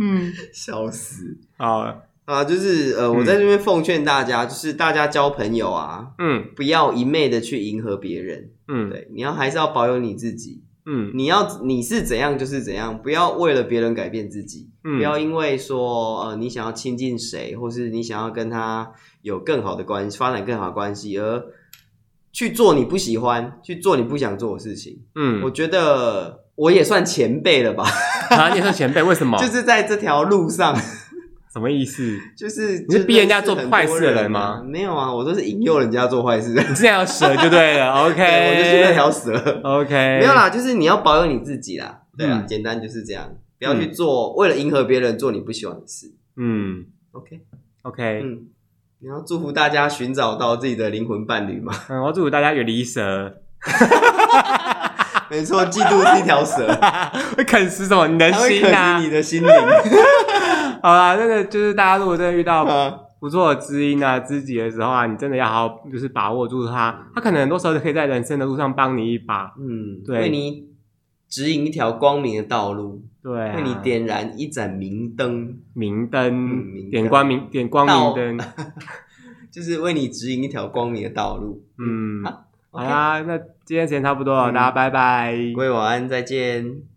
S2: 嗯， 笑死
S1: 好，
S2: 啊！就是呃，我在这边奉劝大家，就是大家交朋友啊，
S1: 嗯
S2: 不要一昧的去迎合别人，
S1: 嗯
S2: 对，你要还是要保有你自己，
S1: 嗯
S2: 你要你是怎样就是怎样，不要为了别人改变自己，
S1: 嗯，
S2: 不要因为说呃你想要亲近谁，或是你想要跟他有更好的关系，发展更好的关系，而去做你不喜欢，去做你不想做的事情。我
S1: 嗯，
S2: 觉得我也算前辈了吧，
S1: 啊，你也是前辈，为什么？
S2: 就是在这条路上，
S1: 什么意思？
S2: 就是
S1: 你是逼人家做坏事的人吗？
S2: 就是认识很多啊没有啊，我都是引诱人家做坏事的人，
S1: 你这条蛇就对了，OK，
S2: 对我就是那条蛇。
S1: OK，
S2: 没有啦，就是你要保有你自己啦。对啊，
S1: 嗯
S2: 简单就是这样，不要去做为了迎合别人做你不喜欢的事。
S1: 嗯
S2: OK。
S1: ，OK，
S2: 嗯，你要祝福大家寻找到自己的灵魂伴 侣嘛？
S1: 嗯，我要祝福大家远离蛇。
S2: 没错，嫉妒是一条蛇，
S1: 会啃食什么？你的
S2: 它会
S1: 心
S2: 啃
S1: 啊
S2: 食你！的心灵。
S1: 好啦，真的就是大家如果真的遇到
S2: 啊
S1: 不错的知音啊、知己的时候啊，你真的要好好就是把握住他，他可能很多时候就可以在人生的路上帮你一把。
S2: 嗯，
S1: 对
S2: 为你指引一条光明的道路，
S1: 对、啊，
S2: 为你点燃一盏明灯，
S1: 明灯，
S2: 明灯
S1: 点光明，点光
S2: 道
S1: 明灯。
S2: 就是为你指引一条光明的道路。
S1: 嗯，好
S2: OK，
S1: 啦，那今天时间差不多了，
S2: 嗯
S1: 大家拜拜。
S2: 各位晚安，再见。